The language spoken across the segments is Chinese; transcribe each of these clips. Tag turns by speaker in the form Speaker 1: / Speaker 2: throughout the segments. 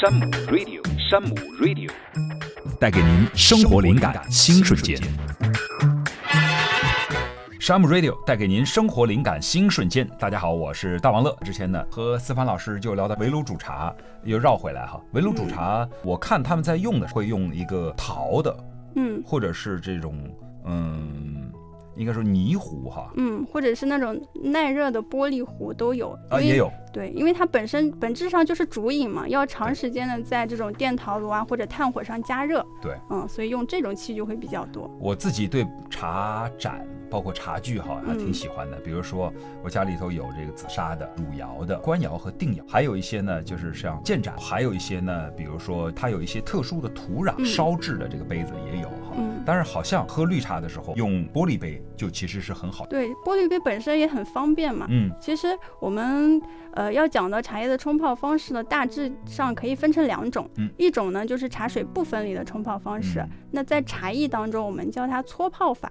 Speaker 1: 山姆 Radio，山姆 Radio，
Speaker 2: 带给您生活灵感新瞬间。山姆 Radio 带给您生活灵感新瞬间。大家好，我是大王乐。之前呢，和思凡老师就聊到围炉煮茶，又绕回来哈。围炉煮茶，我看他们在用的会用一个陶的，
Speaker 3: 嗯
Speaker 2: 或者是这种嗯，应该说泥壶哈
Speaker 3: 嗯，或者是那种耐热的玻璃壶都有
Speaker 2: 啊
Speaker 3: 因为
Speaker 2: 也有
Speaker 3: 对，因为它本身本质上就是煮饮嘛，要长时间的在这种电陶炉啊或者炭火上加热。
Speaker 2: 对，
Speaker 3: 嗯，所以用这种器具会比较多。
Speaker 2: 我自己对茶盏，包括茶具哈，
Speaker 3: 嗯
Speaker 2: 还挺喜欢的。比如说，我家里头有这个紫砂的、汝窑的、官窑和定窑，还有一些呢，就是像建盏，还有一些呢，比如说它有一些特殊的土壤
Speaker 3: 嗯
Speaker 2: 烧制的这个杯子也有哈。
Speaker 3: 嗯
Speaker 2: 但是好像喝绿茶的时候用玻璃杯就其实是很好的。
Speaker 3: 对，玻璃杯本身也很方便嘛。
Speaker 2: 嗯，
Speaker 3: 其实我们呃要讲的茶叶的冲泡方式呢，大致上可以分成两种，
Speaker 2: 嗯
Speaker 3: 一种呢就是茶水不分离的冲泡方式，
Speaker 2: 嗯
Speaker 3: 那在茶艺当中我们叫它搓泡法。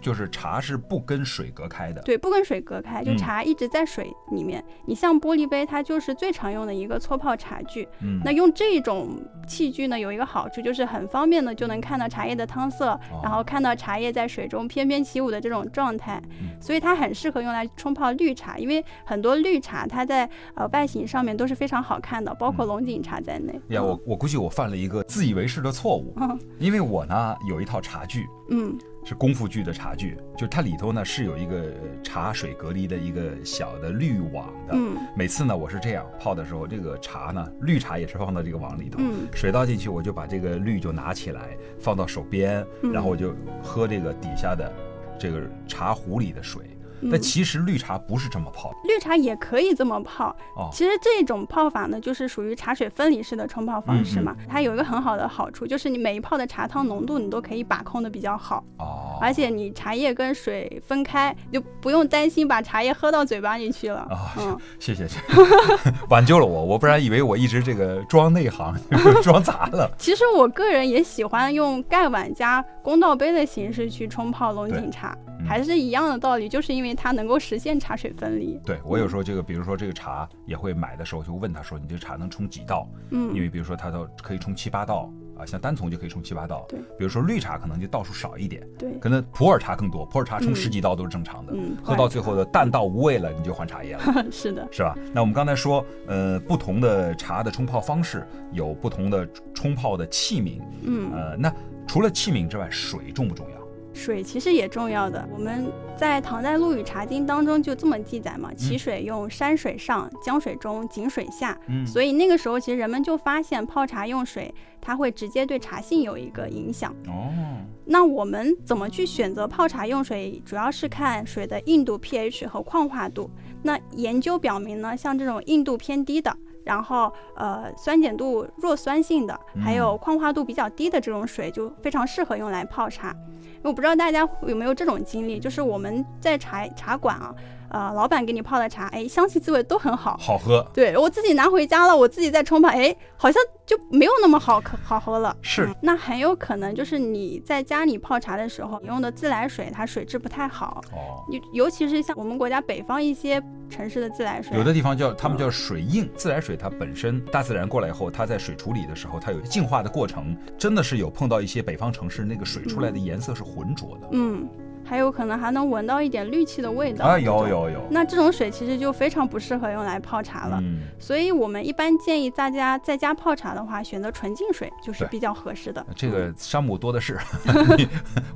Speaker 2: 就是茶是不跟水隔开的。
Speaker 3: 对，不跟水隔开，就
Speaker 2: 嗯
Speaker 3: 茶一直在水里面。你像玻璃杯，它就是最常用的一个搓泡茶具。
Speaker 2: 嗯，
Speaker 3: 那用这种器具呢，有一个好处就是很方便的就能看到茶叶的汤色，
Speaker 2: 哦
Speaker 3: 然后看到茶叶在水中翩翩起舞的这种状态，
Speaker 2: 嗯
Speaker 3: 所以它很适合用来冲泡绿茶，因为很多绿茶它在呃外形上面都是非常好看的，包括龙井茶在内。
Speaker 2: 呀，嗯我我估计我犯了一个自以为是的错误，
Speaker 3: 嗯
Speaker 2: 因为我呢有一套茶具，
Speaker 3: 嗯
Speaker 2: 是功夫剧的茶具，就是它里头呢是有一个呃茶水隔离的一个小的滤网的。
Speaker 3: 嗯
Speaker 2: 每次呢我是这样泡的时候，这个茶呢绿茶也是放到这个网里头，
Speaker 3: 嗯
Speaker 2: 水倒进去我就把这个绿就拿起来放到手边，
Speaker 3: 嗯
Speaker 2: 然后我就喝这个底下的这个茶壶里的水。
Speaker 3: 嗯，
Speaker 2: 但其实绿茶不是这么泡的
Speaker 3: 绿茶也可以这么泡。
Speaker 2: 哦
Speaker 3: 其实这种泡法呢，就是属于茶水分离式的冲泡方
Speaker 2: 嗯
Speaker 3: 式嘛。它有一个很好的好处，就是你每一泡的茶汤浓度你都可以把控的比较好，
Speaker 2: 哦，
Speaker 3: 而且你茶叶跟水分开，就不用担心把茶叶喝到嘴巴里去了。
Speaker 2: 啊
Speaker 3: 嗯，
Speaker 2: 谢谢，谢谢挽救了我，我不然以为我一直这个装内行， 装砸了。
Speaker 3: 其实我个人也喜欢用盖碗加公道杯的形式去冲泡龙井茶，
Speaker 2: 嗯
Speaker 3: 还是一样的道理，就是因为它能够实现茶水分离。
Speaker 2: 对我有时候这个，比如说这个茶也会买的时候就问他说，你这茶能冲几道？因
Speaker 3: 嗯
Speaker 2: 为比如说它都可以冲七八道啊，像单丛就可以冲七八道。
Speaker 3: 对
Speaker 2: 比如说绿茶可能就道数少一点，
Speaker 3: 对，
Speaker 2: 可能普洱茶更多，普洱茶冲
Speaker 3: 嗯
Speaker 2: 十几道都是正常的。
Speaker 3: 嗯，
Speaker 2: 喝到最后的淡到无味了，你就换茶叶了，
Speaker 3: 是的，
Speaker 2: 是吧？那我们刚才说，呃，不同的茶的冲泡方式有不同的冲泡的器皿，
Speaker 3: 嗯。
Speaker 2: 呃，那除了器皿之外，水重不重要？
Speaker 3: 水其实也重要的。我们在唐代陆羽茶经当中就这么记载嘛：其水用山水上，江水中，井水下。
Speaker 2: 嗯
Speaker 3: 所以那个时候，其实人们就发现泡茶用水，它会直接对茶性有一个影响。
Speaker 2: 哦，
Speaker 3: 那我们怎么去选择泡茶用水，主要是看水的硬度、pH 和矿化度。那研究表明呢，像这种硬度偏低的，然后呃酸碱度弱酸性的，还有矿化度比较低的这种水，就非常适合用来泡茶。我不知道大家有没有这种经历，就是我们在茶茶馆啊，呃，老板给你泡的茶，哎，香气滋味都很好。
Speaker 2: 好喝，
Speaker 3: 对我自己拿回家了，我自己再冲泡，哎，好像就没有那么好可好喝了。
Speaker 2: 是
Speaker 3: 嗯那很有可能就是你在家里泡茶的时候，你用的自来水它水质不太好，
Speaker 2: 哦，
Speaker 3: 尤尤其是像我们国家北方一些城市的自来水，
Speaker 2: 有的地方叫他们叫水硬，自来水它本身大自然过来以后，它在水处理的时候，它有净化的过程，真的是有碰到一些北方城市那个水出来的颜色是浑浊的。
Speaker 3: 嗯，还有可能还能闻到一点绿气的味道
Speaker 2: 啊，
Speaker 3: 这种
Speaker 2: 有。有有，
Speaker 3: 那这种水其实就非常不适合用来泡茶了，
Speaker 2: 嗯，
Speaker 3: 所以我们一般建议大家在家泡茶的话，选择纯净水就是
Speaker 2: 对
Speaker 3: 比较合适的。嗯
Speaker 2: 这个山姆多的是，你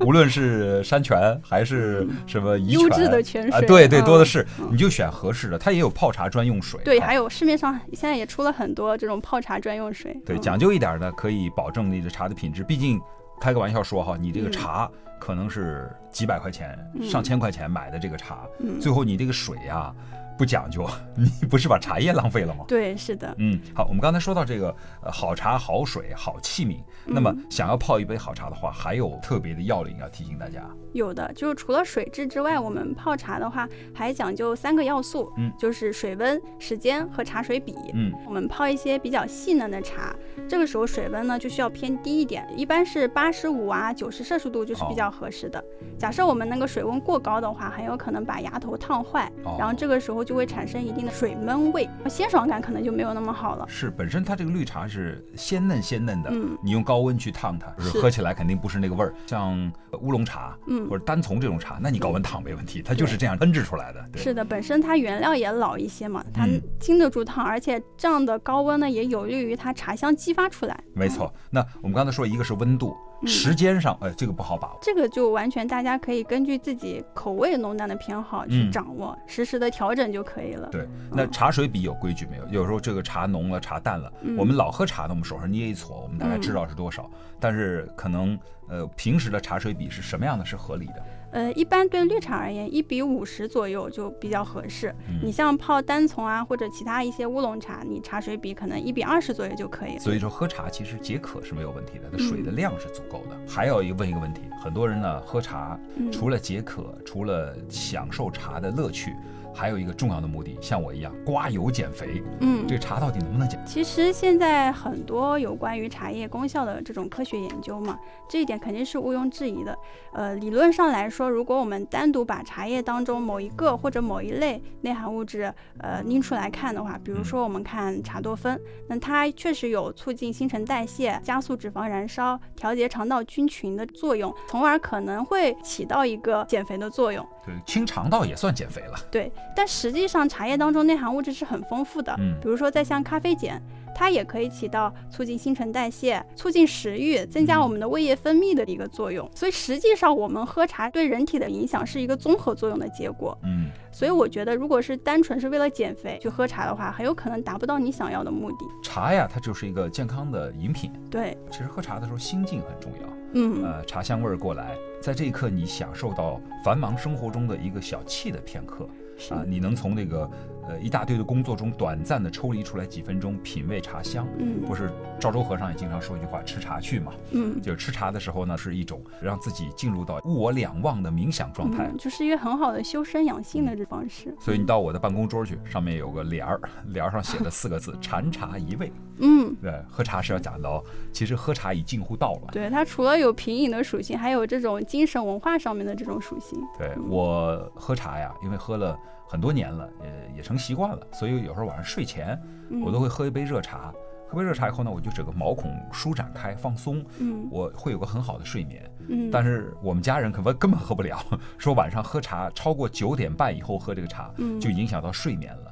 Speaker 2: 无论是山泉还是什么怡泉
Speaker 3: 优质的泉
Speaker 2: 啊，
Speaker 3: 水
Speaker 2: 对对，
Speaker 3: 嗯
Speaker 2: 多的是，你就选合适的，它也有泡茶专用水，
Speaker 3: 对，
Speaker 2: 啊
Speaker 3: 还有市面上现在也出了很多这种泡茶专用水。
Speaker 2: 对，
Speaker 3: 嗯
Speaker 2: 讲究一点呢，可以保证你的茶的品质。毕竟，开个玩笑说哈，你这个
Speaker 3: 嗯
Speaker 2: 茶可能是几百块钱、
Speaker 3: 嗯
Speaker 2: 上千块钱买的这个茶，
Speaker 3: 嗯
Speaker 2: 最后你这个水呀、不讲究，你不是把茶叶浪费了吗？
Speaker 3: 对，是的。
Speaker 2: 嗯，好，我们刚才说到这个呃好茶、好水、好器皿，
Speaker 3: 嗯
Speaker 2: 那么想要泡一杯好茶的话，还有特别的要领要提醒大家。
Speaker 3: 有的，就是除了水质之外，我们泡茶的话还讲究三个要素，
Speaker 2: 嗯
Speaker 3: 就是水温、时间和茶水比。
Speaker 2: 嗯，
Speaker 3: 我们泡一些比较细嫩的茶，这个时候水温呢就需要偏低一点，一般是八十五啊、九十摄氏度就是比
Speaker 2: 哦
Speaker 3: 较合适的。假设我们那个水温过高的话，很有可能把芽头烫坏，
Speaker 2: 哦
Speaker 3: 然后这个时候就就会产生一定的水闷味，鲜爽感可能就没有那么好了。
Speaker 2: 是本身它这个绿茶是鲜嫩鲜嫩的，
Speaker 3: 嗯
Speaker 2: 你用高温去烫它，就是
Speaker 3: 是
Speaker 2: 喝起来肯定不是那个味儿。像乌龙茶
Speaker 3: 嗯
Speaker 2: 或，者单丛这种茶，那你高温烫没问题，它就是这样烹制出来的。对，
Speaker 3: 是的，本身它原料也老一些嘛，它
Speaker 2: 嗯
Speaker 3: 经得住烫，而且这样的高温呢，也有利于它茶香激发出来。
Speaker 2: 没错。那我们刚才说一个是温度，
Speaker 3: 嗯
Speaker 2: 时间上，哎，这个不好把握。
Speaker 3: 这个就完全大家可以根据自己口味浓淡的偏好去
Speaker 2: 嗯
Speaker 3: 掌握，实时的调整就可以了。嗯
Speaker 2: 对，那茶水比有规矩没有？有时候这个茶浓了，茶淡了。
Speaker 3: 嗯
Speaker 2: 我们老喝茶呢，我们手上捏一撮，我们大概知道是多少。但是可能呃，平时的茶水比是什么样的是合理的？
Speaker 3: 呃，一般对绿茶而言，一比五十左右就比较合适。
Speaker 2: 嗯
Speaker 3: 你像泡单丛啊，或者其他一些乌龙茶，你茶水比可能一比二十左右就可以了。
Speaker 2: 所以说喝茶其实解渴是没有问题的，它
Speaker 3: 嗯
Speaker 2: 水的量是足够的。还有一个问一个问题，很多人呢喝茶
Speaker 3: 嗯
Speaker 2: 除了解渴，除了享受茶的乐趣，还有一个重要的目的，像我一样刮油减肥。
Speaker 3: 嗯
Speaker 2: 这，个茶到底能不能减？
Speaker 3: 其实现在很多有关于茶叶功效的这种科学研究嘛，这一点肯定是毋庸置疑的。呃，理论上来说，如果我们单独把茶叶当中某一个或者某一类内含物质呃拎出来看的话，比如说我们看茶多酚，那它确实有促进新陈代谢、加速脂肪燃烧、调节肠道菌群的作用，从而可能会起到一个减肥的作用。
Speaker 2: 对，清肠道也算减肥了。
Speaker 3: 对，但实际上茶叶当中内含物质是很丰富的，
Speaker 2: 嗯
Speaker 3: 比如说再像咖啡碱，它也可以起到促进新陈代谢、促进食欲、增
Speaker 2: 嗯
Speaker 3: 加我们的胃液分泌的一个作用。所以实际上我们喝茶对人体的影响是一个综合作用的结果。
Speaker 2: 嗯，
Speaker 3: 所以我觉得，如果是单纯是为了减肥去喝茶的话，很有可能达不到你想要的目的。
Speaker 2: 茶呀，它就是一个健康的饮品。
Speaker 3: 对，
Speaker 2: 其实喝茶的时候心境很重要，
Speaker 3: 嗯，
Speaker 2: 呃，茶香味儿过来，在这一刻你享受到繁忙生活中的一个小憩的片刻
Speaker 3: 是
Speaker 2: 啊，你能从那个呃一大堆的工作中短暂的抽离出来几分钟，品味茶香。
Speaker 3: 嗯
Speaker 2: 不是赵州和尚也经常说一句话：“吃茶去嘛。”
Speaker 3: 嗯。
Speaker 2: 就是吃茶的时候呢，是一种让自己进入到物我两忘的冥想状态。
Speaker 3: 嗯，就是一个很好的修身养性的这方式。
Speaker 2: 所以你到我的办公桌去，上面有个帘儿， 帘儿上写着四个字“禅茶一味
Speaker 3: 嗯”。，
Speaker 2: 对，喝茶是要讲到，其实喝茶已近乎道了。
Speaker 3: 对，它除了有品饮的属性，还有这种精神文化上面的这种属性。
Speaker 2: 对我喝茶呀，因为喝了很多年了，也也成习惯了，所以有时候晚上睡前
Speaker 3: 嗯
Speaker 2: 我都会喝一杯热茶。喝杯热茶以后呢，我就整个毛孔舒展开放松，
Speaker 3: 嗯
Speaker 2: 我会有个很好的睡眠。
Speaker 3: 嗯，
Speaker 2: 但是我们家人可不根本喝不了， 说晚上喝茶超过九点半以后喝这个茶，
Speaker 3: 嗯
Speaker 2: 就影响到睡眠了。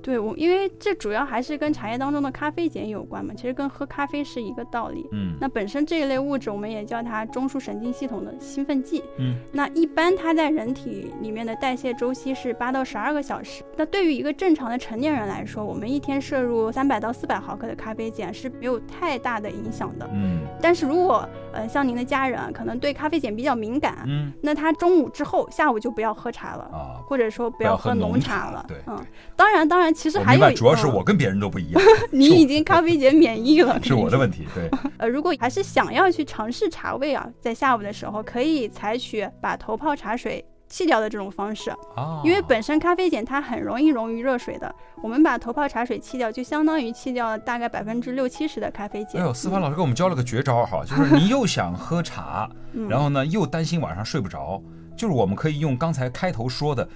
Speaker 3: 对我，因为这主要还是跟茶叶当中的咖啡碱有关嘛，其实跟喝咖啡是一个道理。
Speaker 2: 嗯
Speaker 3: 那本身这一类物质，我们也叫它中枢神经系统的兴奋剂。
Speaker 2: 嗯，
Speaker 3: 那一般它在人体里面的代谢周期是八到十二个小时。那对于一个正常的成年人来说，我们一天摄入三百到四百毫克的咖啡碱是没有太大的影响的。
Speaker 2: 嗯
Speaker 3: 但是如果呃像您的家人啊可能对咖啡碱比较敏感，
Speaker 2: 嗯
Speaker 3: 那他中午之后、下午就不要喝茶了。
Speaker 2: 啊，
Speaker 3: 或者说不
Speaker 2: 不要
Speaker 3: 要
Speaker 2: 喝
Speaker 3: 喝
Speaker 2: 浓
Speaker 3: 浓
Speaker 2: 茶
Speaker 3: 茶
Speaker 2: 了
Speaker 3: 了。
Speaker 2: 对
Speaker 3: 嗯，当然，当然，其实
Speaker 2: 我
Speaker 3: 还
Speaker 2: 明
Speaker 3: 有
Speaker 2: 白，
Speaker 3: 一
Speaker 2: 主要是
Speaker 3: 嗯
Speaker 2: 我跟别人都不一 样，
Speaker 3: 你
Speaker 2: 是我
Speaker 3: 已经咖啡碱免疫了，
Speaker 2: 是我的问题。 对，
Speaker 3: 呃，如果还是想要去尝试茶味啊，在下午的时候可以采取把头泡茶水。弃掉的这种方式，
Speaker 2: 啊，
Speaker 3: 因为本身咖啡碱它很容易溶于热水的，我们把头泡茶水弃掉，就相当于弃掉了大概百分之六七十的咖啡
Speaker 2: 哎
Speaker 3: 碱。
Speaker 2: 呦，思凡老师给我们教了个绝招哈，就是你又想喝茶，
Speaker 3: 嗯
Speaker 2: 然后呢又担心晚上睡不着，就是我们可以用刚才开头说的。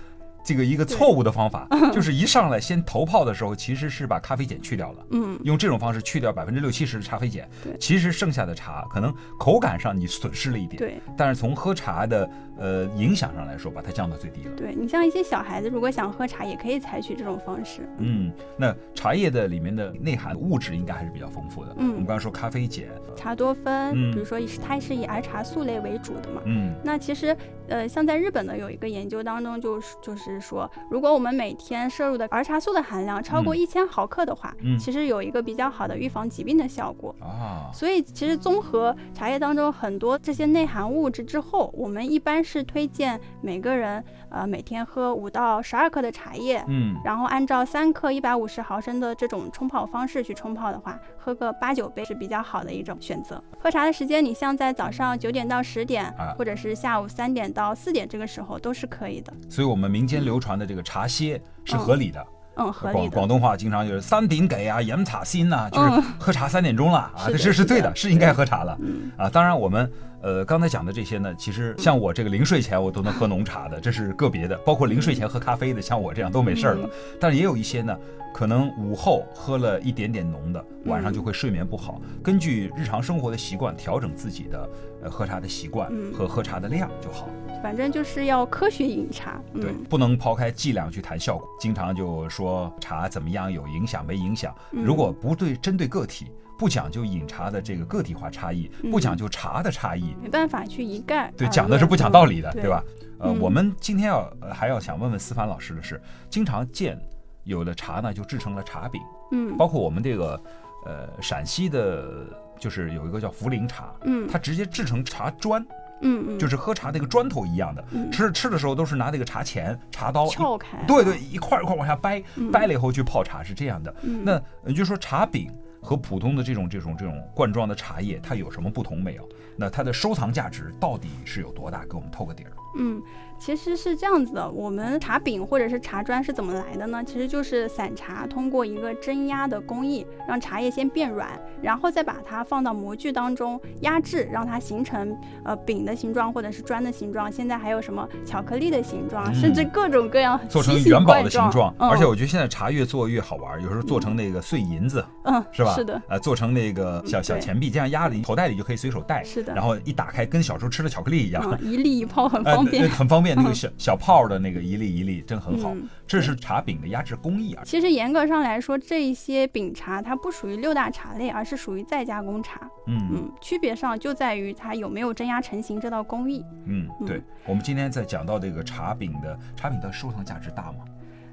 Speaker 2: 这个一个错误的方 法，就是一上来先头泡的时候，其实是把咖啡碱去掉了。
Speaker 3: 嗯，
Speaker 2: 用这种方式去掉百分之六七十的咖啡碱
Speaker 3: 对，
Speaker 2: 其实剩下的茶可能口感上你损失了一点，
Speaker 3: 对
Speaker 2: 但是从喝茶的呃影响上来说，把它降到最低了。
Speaker 3: 对，你像一些小孩子，如果想喝茶，也可以采取这种方式。
Speaker 2: 嗯，那茶叶的里面的内涵物质应该还是比较丰富的。
Speaker 3: 嗯
Speaker 2: 我们刚才说咖啡碱，
Speaker 3: 茶多酚，
Speaker 2: 嗯
Speaker 3: 比如说也是它是以儿茶素类为主的嘛，
Speaker 2: 嗯
Speaker 3: 那其实，呃，像在日本呢，有一个研究当中，就是就是说，如果我们每天摄入的儿茶素的含量超过
Speaker 2: 嗯
Speaker 3: 一千毫克的话，
Speaker 2: 嗯
Speaker 3: 其实有一个比较好的预防疾病的效果。
Speaker 2: 啊，
Speaker 3: 所以，其实综合茶叶当中很多这些内含物质之后，我们一般是推荐每个人，呃，每天喝五到十二克的茶叶，
Speaker 2: 嗯
Speaker 3: 然后按照三克一百五十毫升的这种冲泡方式去冲泡的话，喝个八九杯是比较好的一种选择。喝茶的时间，你像在早上九点到十点
Speaker 2: 啊，
Speaker 3: 或者是下午三点到四点这个时候都是可以的。
Speaker 2: 所以我们民间流传的这个茶歇是合理的。
Speaker 3: 嗯，合理
Speaker 2: 广
Speaker 3: 的。
Speaker 2: 广东话经常就是三鼎给啊，盐塔心呐、就是
Speaker 3: 嗯
Speaker 2: 喝茶三点钟了啊，
Speaker 3: 是
Speaker 2: 这
Speaker 3: 的
Speaker 2: 是
Speaker 3: 是
Speaker 2: 对的，
Speaker 3: 的
Speaker 2: 是应该喝茶了
Speaker 3: 嗯
Speaker 2: 啊。当然，我们呃刚才讲的这些呢，其实像我这个临睡前我都能喝浓茶的，这是个别的，包括临睡前喝咖啡的，像我这样都没事儿了。但是也有一些呢，可能午后喝了一点点浓的，
Speaker 3: 嗯
Speaker 2: 晚上就会睡眠不好。根据日常生活的习惯调整自己的呃喝茶的习惯
Speaker 3: 嗯
Speaker 2: 和喝茶的量就好。
Speaker 3: 反正就是要科学饮茶。
Speaker 2: 对
Speaker 3: 嗯，，
Speaker 2: 不能抛开剂量去谈效果。经常就说茶怎么样有影响没影响，
Speaker 3: 嗯
Speaker 2: 如果不对针对个体，不讲究饮茶的这个个体化差异，
Speaker 3: 嗯
Speaker 2: 不讲究茶的差异，
Speaker 3: 没办法去一概而
Speaker 2: 对，
Speaker 3: 论
Speaker 2: 讲的是不讲道理的，
Speaker 3: 嗯
Speaker 2: 对吧？呃，
Speaker 3: 嗯
Speaker 2: 我们今天要呃还要想问问思凡老师的是，经常见有的茶呢就制成了茶饼，
Speaker 3: 嗯
Speaker 2: 包括我们这个呃陕西的，就是有一个叫涪陵茶。
Speaker 3: 嗯
Speaker 2: 它直接制成茶砖，
Speaker 3: 嗯嗯，
Speaker 2: 就是是喝茶那个砖头一样的。吃吃的时候都是拿那个茶钳、茶刀一
Speaker 3: 撬开。
Speaker 2: 对对，一块儿一块儿往下掰，
Speaker 3: 嗯
Speaker 2: 掰了以后去泡茶是这样的。
Speaker 3: 嗯，
Speaker 2: 那也就是说，茶饼和普通的这种这种这种罐装的茶叶，它有什么不同没有？那它的收藏价值到底是有多大？给我们透个底儿。
Speaker 3: 嗯，其实是这样子的，我们茶饼或者是茶砖是怎么来的呢？其实就是散茶通过一个蒸压的工艺，让茶叶先变软，然后再把它放到模具当中压制，让它形成呃饼的形状或者是砖的形状。现在还有什么巧克力的形状，
Speaker 2: 嗯
Speaker 3: 甚至各种各样
Speaker 2: 做成
Speaker 3: 奇形
Speaker 2: 元宝
Speaker 3: 怪
Speaker 2: 的形状，
Speaker 3: 嗯、
Speaker 2: 而且我觉得现在茶越做越好玩儿，有时候做成那个碎银子，
Speaker 3: 嗯
Speaker 2: 是吧？
Speaker 3: 是的，
Speaker 2: 呃，做成那个小
Speaker 3: 嗯
Speaker 2: 小
Speaker 3: 对
Speaker 2: 钱币，这样压着你口袋里就可以随手带，
Speaker 3: 是的
Speaker 2: 然后一打开，跟小时候吃的巧克力一样，
Speaker 3: 嗯，一粒一泡 很
Speaker 2: 呃
Speaker 3: 方便。
Speaker 2: 对很方便。那个小小泡儿的那个一粒一粒，真很好
Speaker 3: 嗯。
Speaker 2: 这是茶饼的压制工艺啊。
Speaker 3: 其实严格上来说，这一些饼茶它不属于六大茶类，而是属于再加工茶。
Speaker 2: 嗯
Speaker 3: 嗯，区别上就在于它有没有蒸压成型这道工艺。
Speaker 2: 嗯，
Speaker 3: 嗯
Speaker 2: 对，我们今天在讲到这个茶饼的茶饼的收藏价值大吗？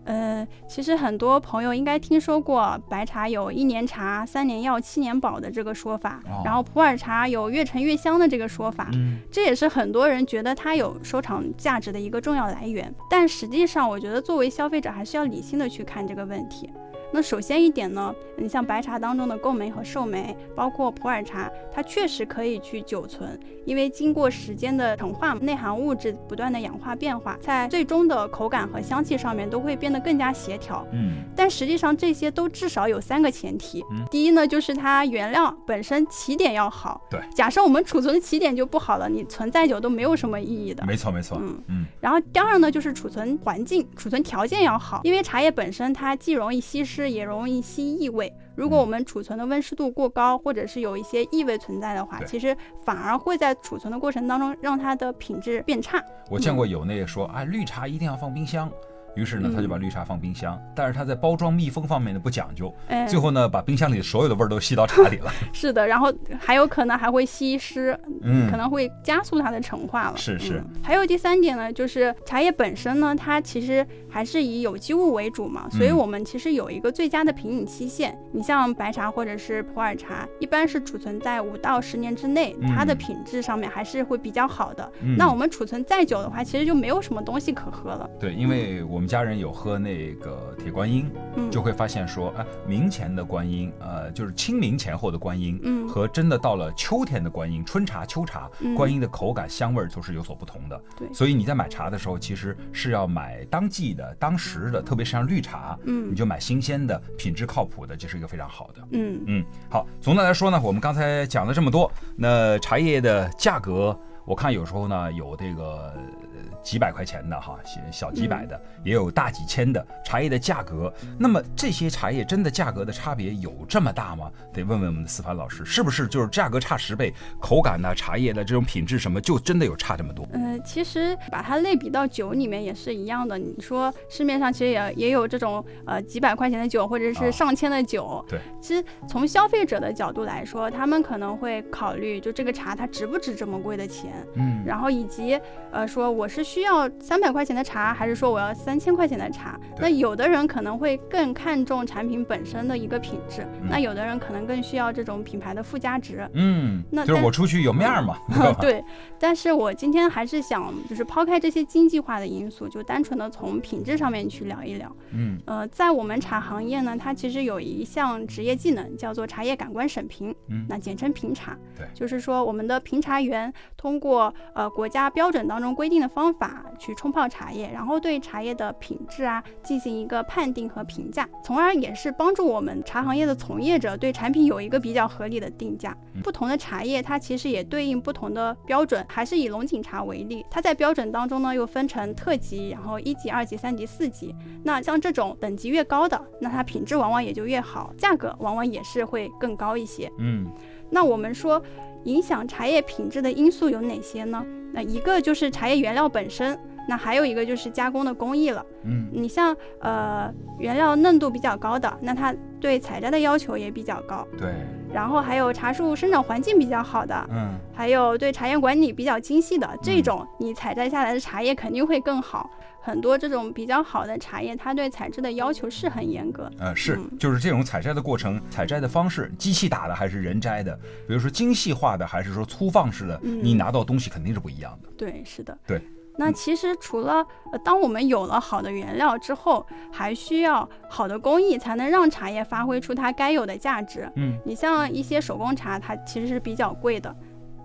Speaker 3: 呃，其实很多朋友应该听说过白茶有一年茶三年药七年宝的这个说法，
Speaker 2: 哦
Speaker 3: 然后普洱茶有越陈越香的这个说法，
Speaker 2: 嗯，
Speaker 3: 这也是很多人觉得它有收藏价值的一个重要来源。但实际上，我觉得作为消费者还是要理性的去看这个问题。那首先一点呢，你像白茶当中的构酶和寿酶，包括普洱茶，它确实可以去久存，因为经过时间的陈化，内含物质不断的氧化变化，在最终的口感和香气上面都会变得更加协调。
Speaker 2: 嗯，
Speaker 3: 但实际上这些都至少有三个前提。
Speaker 2: 嗯
Speaker 3: 第一呢，就是它原料本身起点要好。
Speaker 2: 对
Speaker 3: 假设我们储存的起点就不好了，你存再久都没有什么意义的。
Speaker 2: 没错没错，
Speaker 3: 嗯
Speaker 2: 嗯
Speaker 3: 然后第二呢，就是储存环境、储存条件要好，因为茶叶本身它既容易稀释，也容易吸异味。如果
Speaker 2: 嗯
Speaker 3: 我们储存的温湿度过高，或者是有一些异味存在的话，
Speaker 2: 对
Speaker 3: 其实反而会在储存的过程当中让它的品质变差。
Speaker 2: 我见过有那个说啊，绿茶一定要放冰箱。于是呢，
Speaker 3: 嗯
Speaker 2: 他就把绿茶放冰箱，但是他在包装密封方面呢不讲究，
Speaker 3: 哎，
Speaker 2: 最后呢把冰箱里所有的味儿都吸到茶里 了。
Speaker 3: 是的，然后还有可能还会吸湿，
Speaker 2: 嗯
Speaker 3: 可能会加速它的陈化了。
Speaker 2: 是是
Speaker 3: 嗯还有第三点呢，就是茶叶本身呢，它其实还是以有机物为主嘛，所以
Speaker 2: 嗯
Speaker 3: 我们其实有一个最佳的品饮期限。你像白茶或者是普洱茶，一般是储存在五到十年之内，它的
Speaker 2: 嗯
Speaker 3: 品质上面还是会比较好的。
Speaker 2: 嗯
Speaker 3: 那我们储存再久的话，其实就没有什么东西可喝了。
Speaker 2: 对，因为我们家人有喝那个铁观音，
Speaker 3: 嗯，
Speaker 2: 就会发现说，哎，明前的观音，呃，就是清明前后的观音，
Speaker 3: 嗯
Speaker 2: 和真的到了秋天的观音，春茶、秋茶，
Speaker 3: 嗯
Speaker 2: 观音的口感、香味儿都是有所不同的。
Speaker 3: 对
Speaker 2: 所以你在买茶的时候，其实是要买当季的、当时的，特别是像绿茶，
Speaker 3: 嗯
Speaker 2: 你就买新鲜的、品质靠谱的，这是一个非常好的。
Speaker 3: 嗯。
Speaker 2: 嗯，好，总的来说呢，我们刚才讲了这么多，那茶叶的价格，我看有时候呢有这个呃几百块钱的哈，小小几百的，也有大几千的茶叶的价格。那么这些茶叶真的价格的差别有这么大吗？得问问我们的思凡老师，是不是就是价格差十倍，口感呐、茶叶的这种品质什么，就真的有差这么多？
Speaker 3: 嗯，其实把它类比到酒里面也是一样的。你说市面上其实也也有这种呃几百块钱的酒，或者
Speaker 2: 啊
Speaker 3: 是上千的酒。
Speaker 2: 对，
Speaker 3: 其实从消费者的角度来说，他们可能会考虑，就这个茶它值不值这么贵的钱，
Speaker 2: 嗯
Speaker 3: 然后以及呃说我是需要三百块钱的茶，还是说我要三千块钱的茶？
Speaker 2: 对
Speaker 3: 那有的人可能会更看重产品本身的一个品质，
Speaker 2: 嗯
Speaker 3: 那有的人可能更需要这种品牌的附加值。
Speaker 2: 嗯，
Speaker 3: 那
Speaker 2: 就是
Speaker 3: 但
Speaker 2: 我出去有面儿嘛，
Speaker 3: 对，但是我今天还是想，就是抛开这些经济化的因素，就单纯的从品质上面去聊一聊。
Speaker 2: 嗯
Speaker 3: 呃，在我们茶行业呢，它其实有一项职业技能叫做茶叶感官审评，
Speaker 2: 嗯
Speaker 3: 那简称评茶。
Speaker 2: 对
Speaker 3: 就是说我们的评茶员通过呃国家标准当中规定的方法去冲泡茶叶，然后对茶叶的品质啊进行一个判定和评价，从而也是帮助我们茶行业的从业者对产品有一个比较合理的定价。
Speaker 2: 嗯
Speaker 3: 不同的茶叶它其实也对应不同的标准，还是以龙井茶为例，它在标准当中呢又分成特级，然后一级、二级、三级、四级。那像这种等级越高的，那它品质往往也就越好，价格往往也是会更高一些。
Speaker 2: 嗯
Speaker 3: 那我们说，影响茶叶品质的因素有哪些呢？那一个就是茶叶原料本身，那还有一个就是加工的工艺了。
Speaker 2: 嗯
Speaker 3: 你像呃原料嫩度比较高的，那它对采摘的要求也比较高，
Speaker 2: 对，
Speaker 3: 然后还有茶树生长环境比较好的。
Speaker 2: 嗯
Speaker 3: 还有对茶叶管理比较精细的这种，你采摘下来的茶叶肯定会更好。很多这种比较好的茶叶，它对采制的要求是很严格的。
Speaker 2: 呃是，
Speaker 3: 嗯
Speaker 2: 就是这种采摘的过程，采摘的方式，机器打的还是人摘的，比如说精细化的还是说粗放式的，
Speaker 3: 嗯
Speaker 2: 你拿到东西肯定是不一样的。
Speaker 3: 对，是的，
Speaker 2: 对。
Speaker 3: 那其实除了、呃，当我们有了好的原料之后，还需要好的工艺才能让茶叶发挥出它该有的价值。
Speaker 2: 嗯
Speaker 3: 你像一些手工茶，它其实是比较贵的。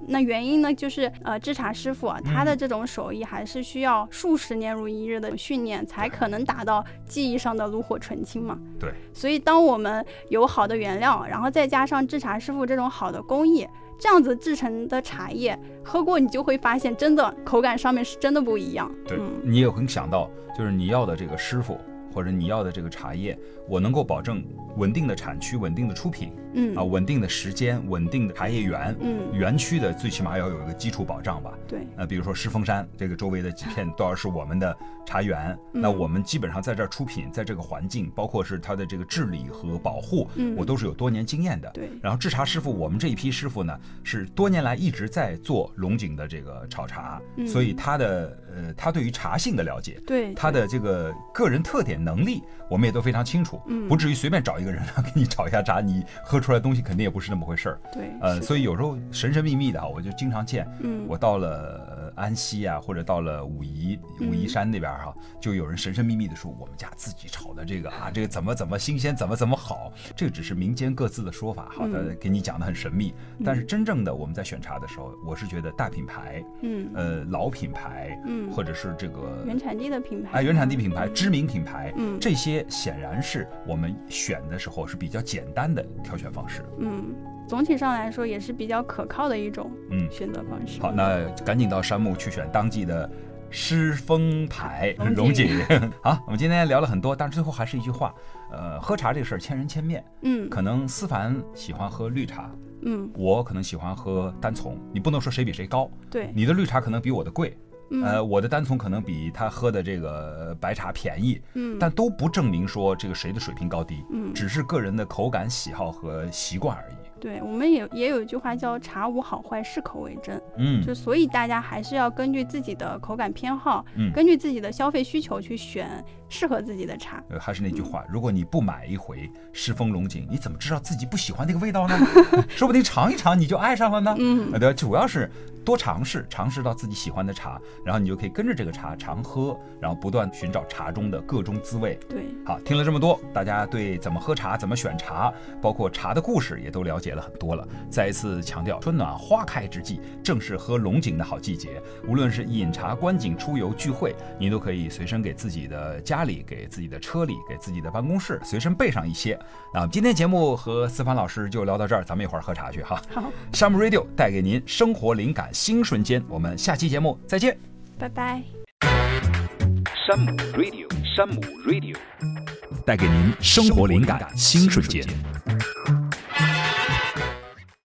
Speaker 3: 那原因呢，就是呃，制茶师傅、啊、
Speaker 2: 嗯
Speaker 3: 他的这种手艺还是需要数十年如一日的训练，才可能达到技艺上的炉火纯青嘛。
Speaker 2: 对。
Speaker 3: 所以，当我们有好的原料，然后再加上制茶师傅这种好的工艺，这样子制成的茶叶，喝过你就会发现，真的口感上面是真的不一样。
Speaker 2: 对
Speaker 3: 嗯，
Speaker 2: 你也能想到，就是你要的这个师傅或者你要的这个茶叶，我能够保证稳定的产区、稳定的出品
Speaker 3: 嗯
Speaker 2: 啊、稳定的时间、稳定的茶叶园。
Speaker 3: 嗯，
Speaker 2: 园区的最起码要有一个基础保障吧，
Speaker 3: 对，
Speaker 2: 那比如说石峰山这个周围的几 片都要是我们的茶园，那
Speaker 3: 嗯
Speaker 2: 我们基本上在这儿出品，在这个环境，包括是它的这个治理和保护，
Speaker 3: 嗯
Speaker 2: 我都是有多年经验的。
Speaker 3: 对，
Speaker 2: 然后制茶师傅，我们这一批师傅呢，是多年来一直在做龙井的这个炒茶，
Speaker 3: 嗯
Speaker 2: 所以他的呃，他对于茶性的了解，
Speaker 3: 对，
Speaker 2: 他的这个个人特点能力，我们也都非常清楚，
Speaker 3: 嗯
Speaker 2: 不至于随便找一个人 给你炒一下茶，你喝出来的东西肯定也不是那么回事儿。
Speaker 3: 对，
Speaker 2: 呃，
Speaker 3: 是
Speaker 2: 所以有时候神神秘秘的啊，我就经常见，
Speaker 3: 嗯，
Speaker 2: 我到了呃安溪啊，或者到了武夷
Speaker 3: 嗯
Speaker 2: 武夷山那边哈、就有人神神秘秘的说我们家自己炒的这个啊，这个怎么怎么新鲜，怎么怎么好，这个只是民间各自的说法，好的
Speaker 3: 嗯
Speaker 2: 给你讲的很神秘。
Speaker 3: 嗯
Speaker 2: 但是真正的我们在选茶的时候，我是觉得大品牌、
Speaker 3: 嗯
Speaker 2: 呃老品牌，
Speaker 3: 嗯，
Speaker 2: 或者是这个
Speaker 3: 原产地的品牌，
Speaker 2: 哎原产地品牌、知名品牌，
Speaker 3: 嗯
Speaker 2: 这些显然是我们选的时候是比较简单的挑选方式。
Speaker 3: 嗯，总体上来说也是比较可靠的一种
Speaker 2: 嗯
Speaker 3: 选择方式。
Speaker 2: 好，那赶紧到山木去选当季的狮峰牌龙
Speaker 3: 龙
Speaker 2: 井
Speaker 3: 井。
Speaker 2: 好，我们今天聊了很多，但是最后还是一句话，呃，喝茶这事儿千人千面，
Speaker 3: 嗯
Speaker 2: 可能思凡喜欢喝绿茶，
Speaker 3: 嗯，
Speaker 2: 我可能喜欢喝单丛，你不能说谁比谁高，
Speaker 3: 对，
Speaker 2: 你的绿茶可能比我的贵，
Speaker 3: 嗯
Speaker 2: 呃，我的单丛可能比他喝的这个白茶便宜，
Speaker 3: 嗯，
Speaker 2: 但都不证明说这个谁的水平高低，
Speaker 3: 嗯
Speaker 2: 只是个人的口感喜好和习惯而已。
Speaker 3: 对，我们也也有一句话叫“茶无好坏，适口为真”，
Speaker 2: 嗯
Speaker 3: 就所以大家还是要根据自己的口感偏好，
Speaker 2: 嗯。
Speaker 3: 根据自己的消费需求去选适合自己的茶。
Speaker 2: 呃，还是那句话，如果你不买一回狮峰龙井，你怎么知道自己不喜欢那个味道呢？说不定尝一尝你就爱上了呢。
Speaker 3: 嗯
Speaker 2: 呃，对，主要是多尝试，尝试到自己喜欢的茶，然后你就可以跟着这个茶常喝，然后不断寻找茶中的各种滋味。
Speaker 3: 对，
Speaker 2: 好，听了这么多，大家对怎么喝茶、怎么选茶，包括茶的故事也都了解了很多了。再一次强调，春暖花开之际，正是喝龙井的好季节。无论是饮茶、观景、出游、聚会，您都可以随身给自己的家里、给自己的车里、给自己的办公室随身备上一些。那今天节目和思凡老师就聊到这儿，咱们一会儿喝茶去哈。
Speaker 3: 好，
Speaker 2: 山姆 Radio 带给您生活灵感新瞬间，我们下期节目再见。
Speaker 3: 拜拜。
Speaker 1: Some radio, some radio.
Speaker 2: 带给您生活灵感新瞬间。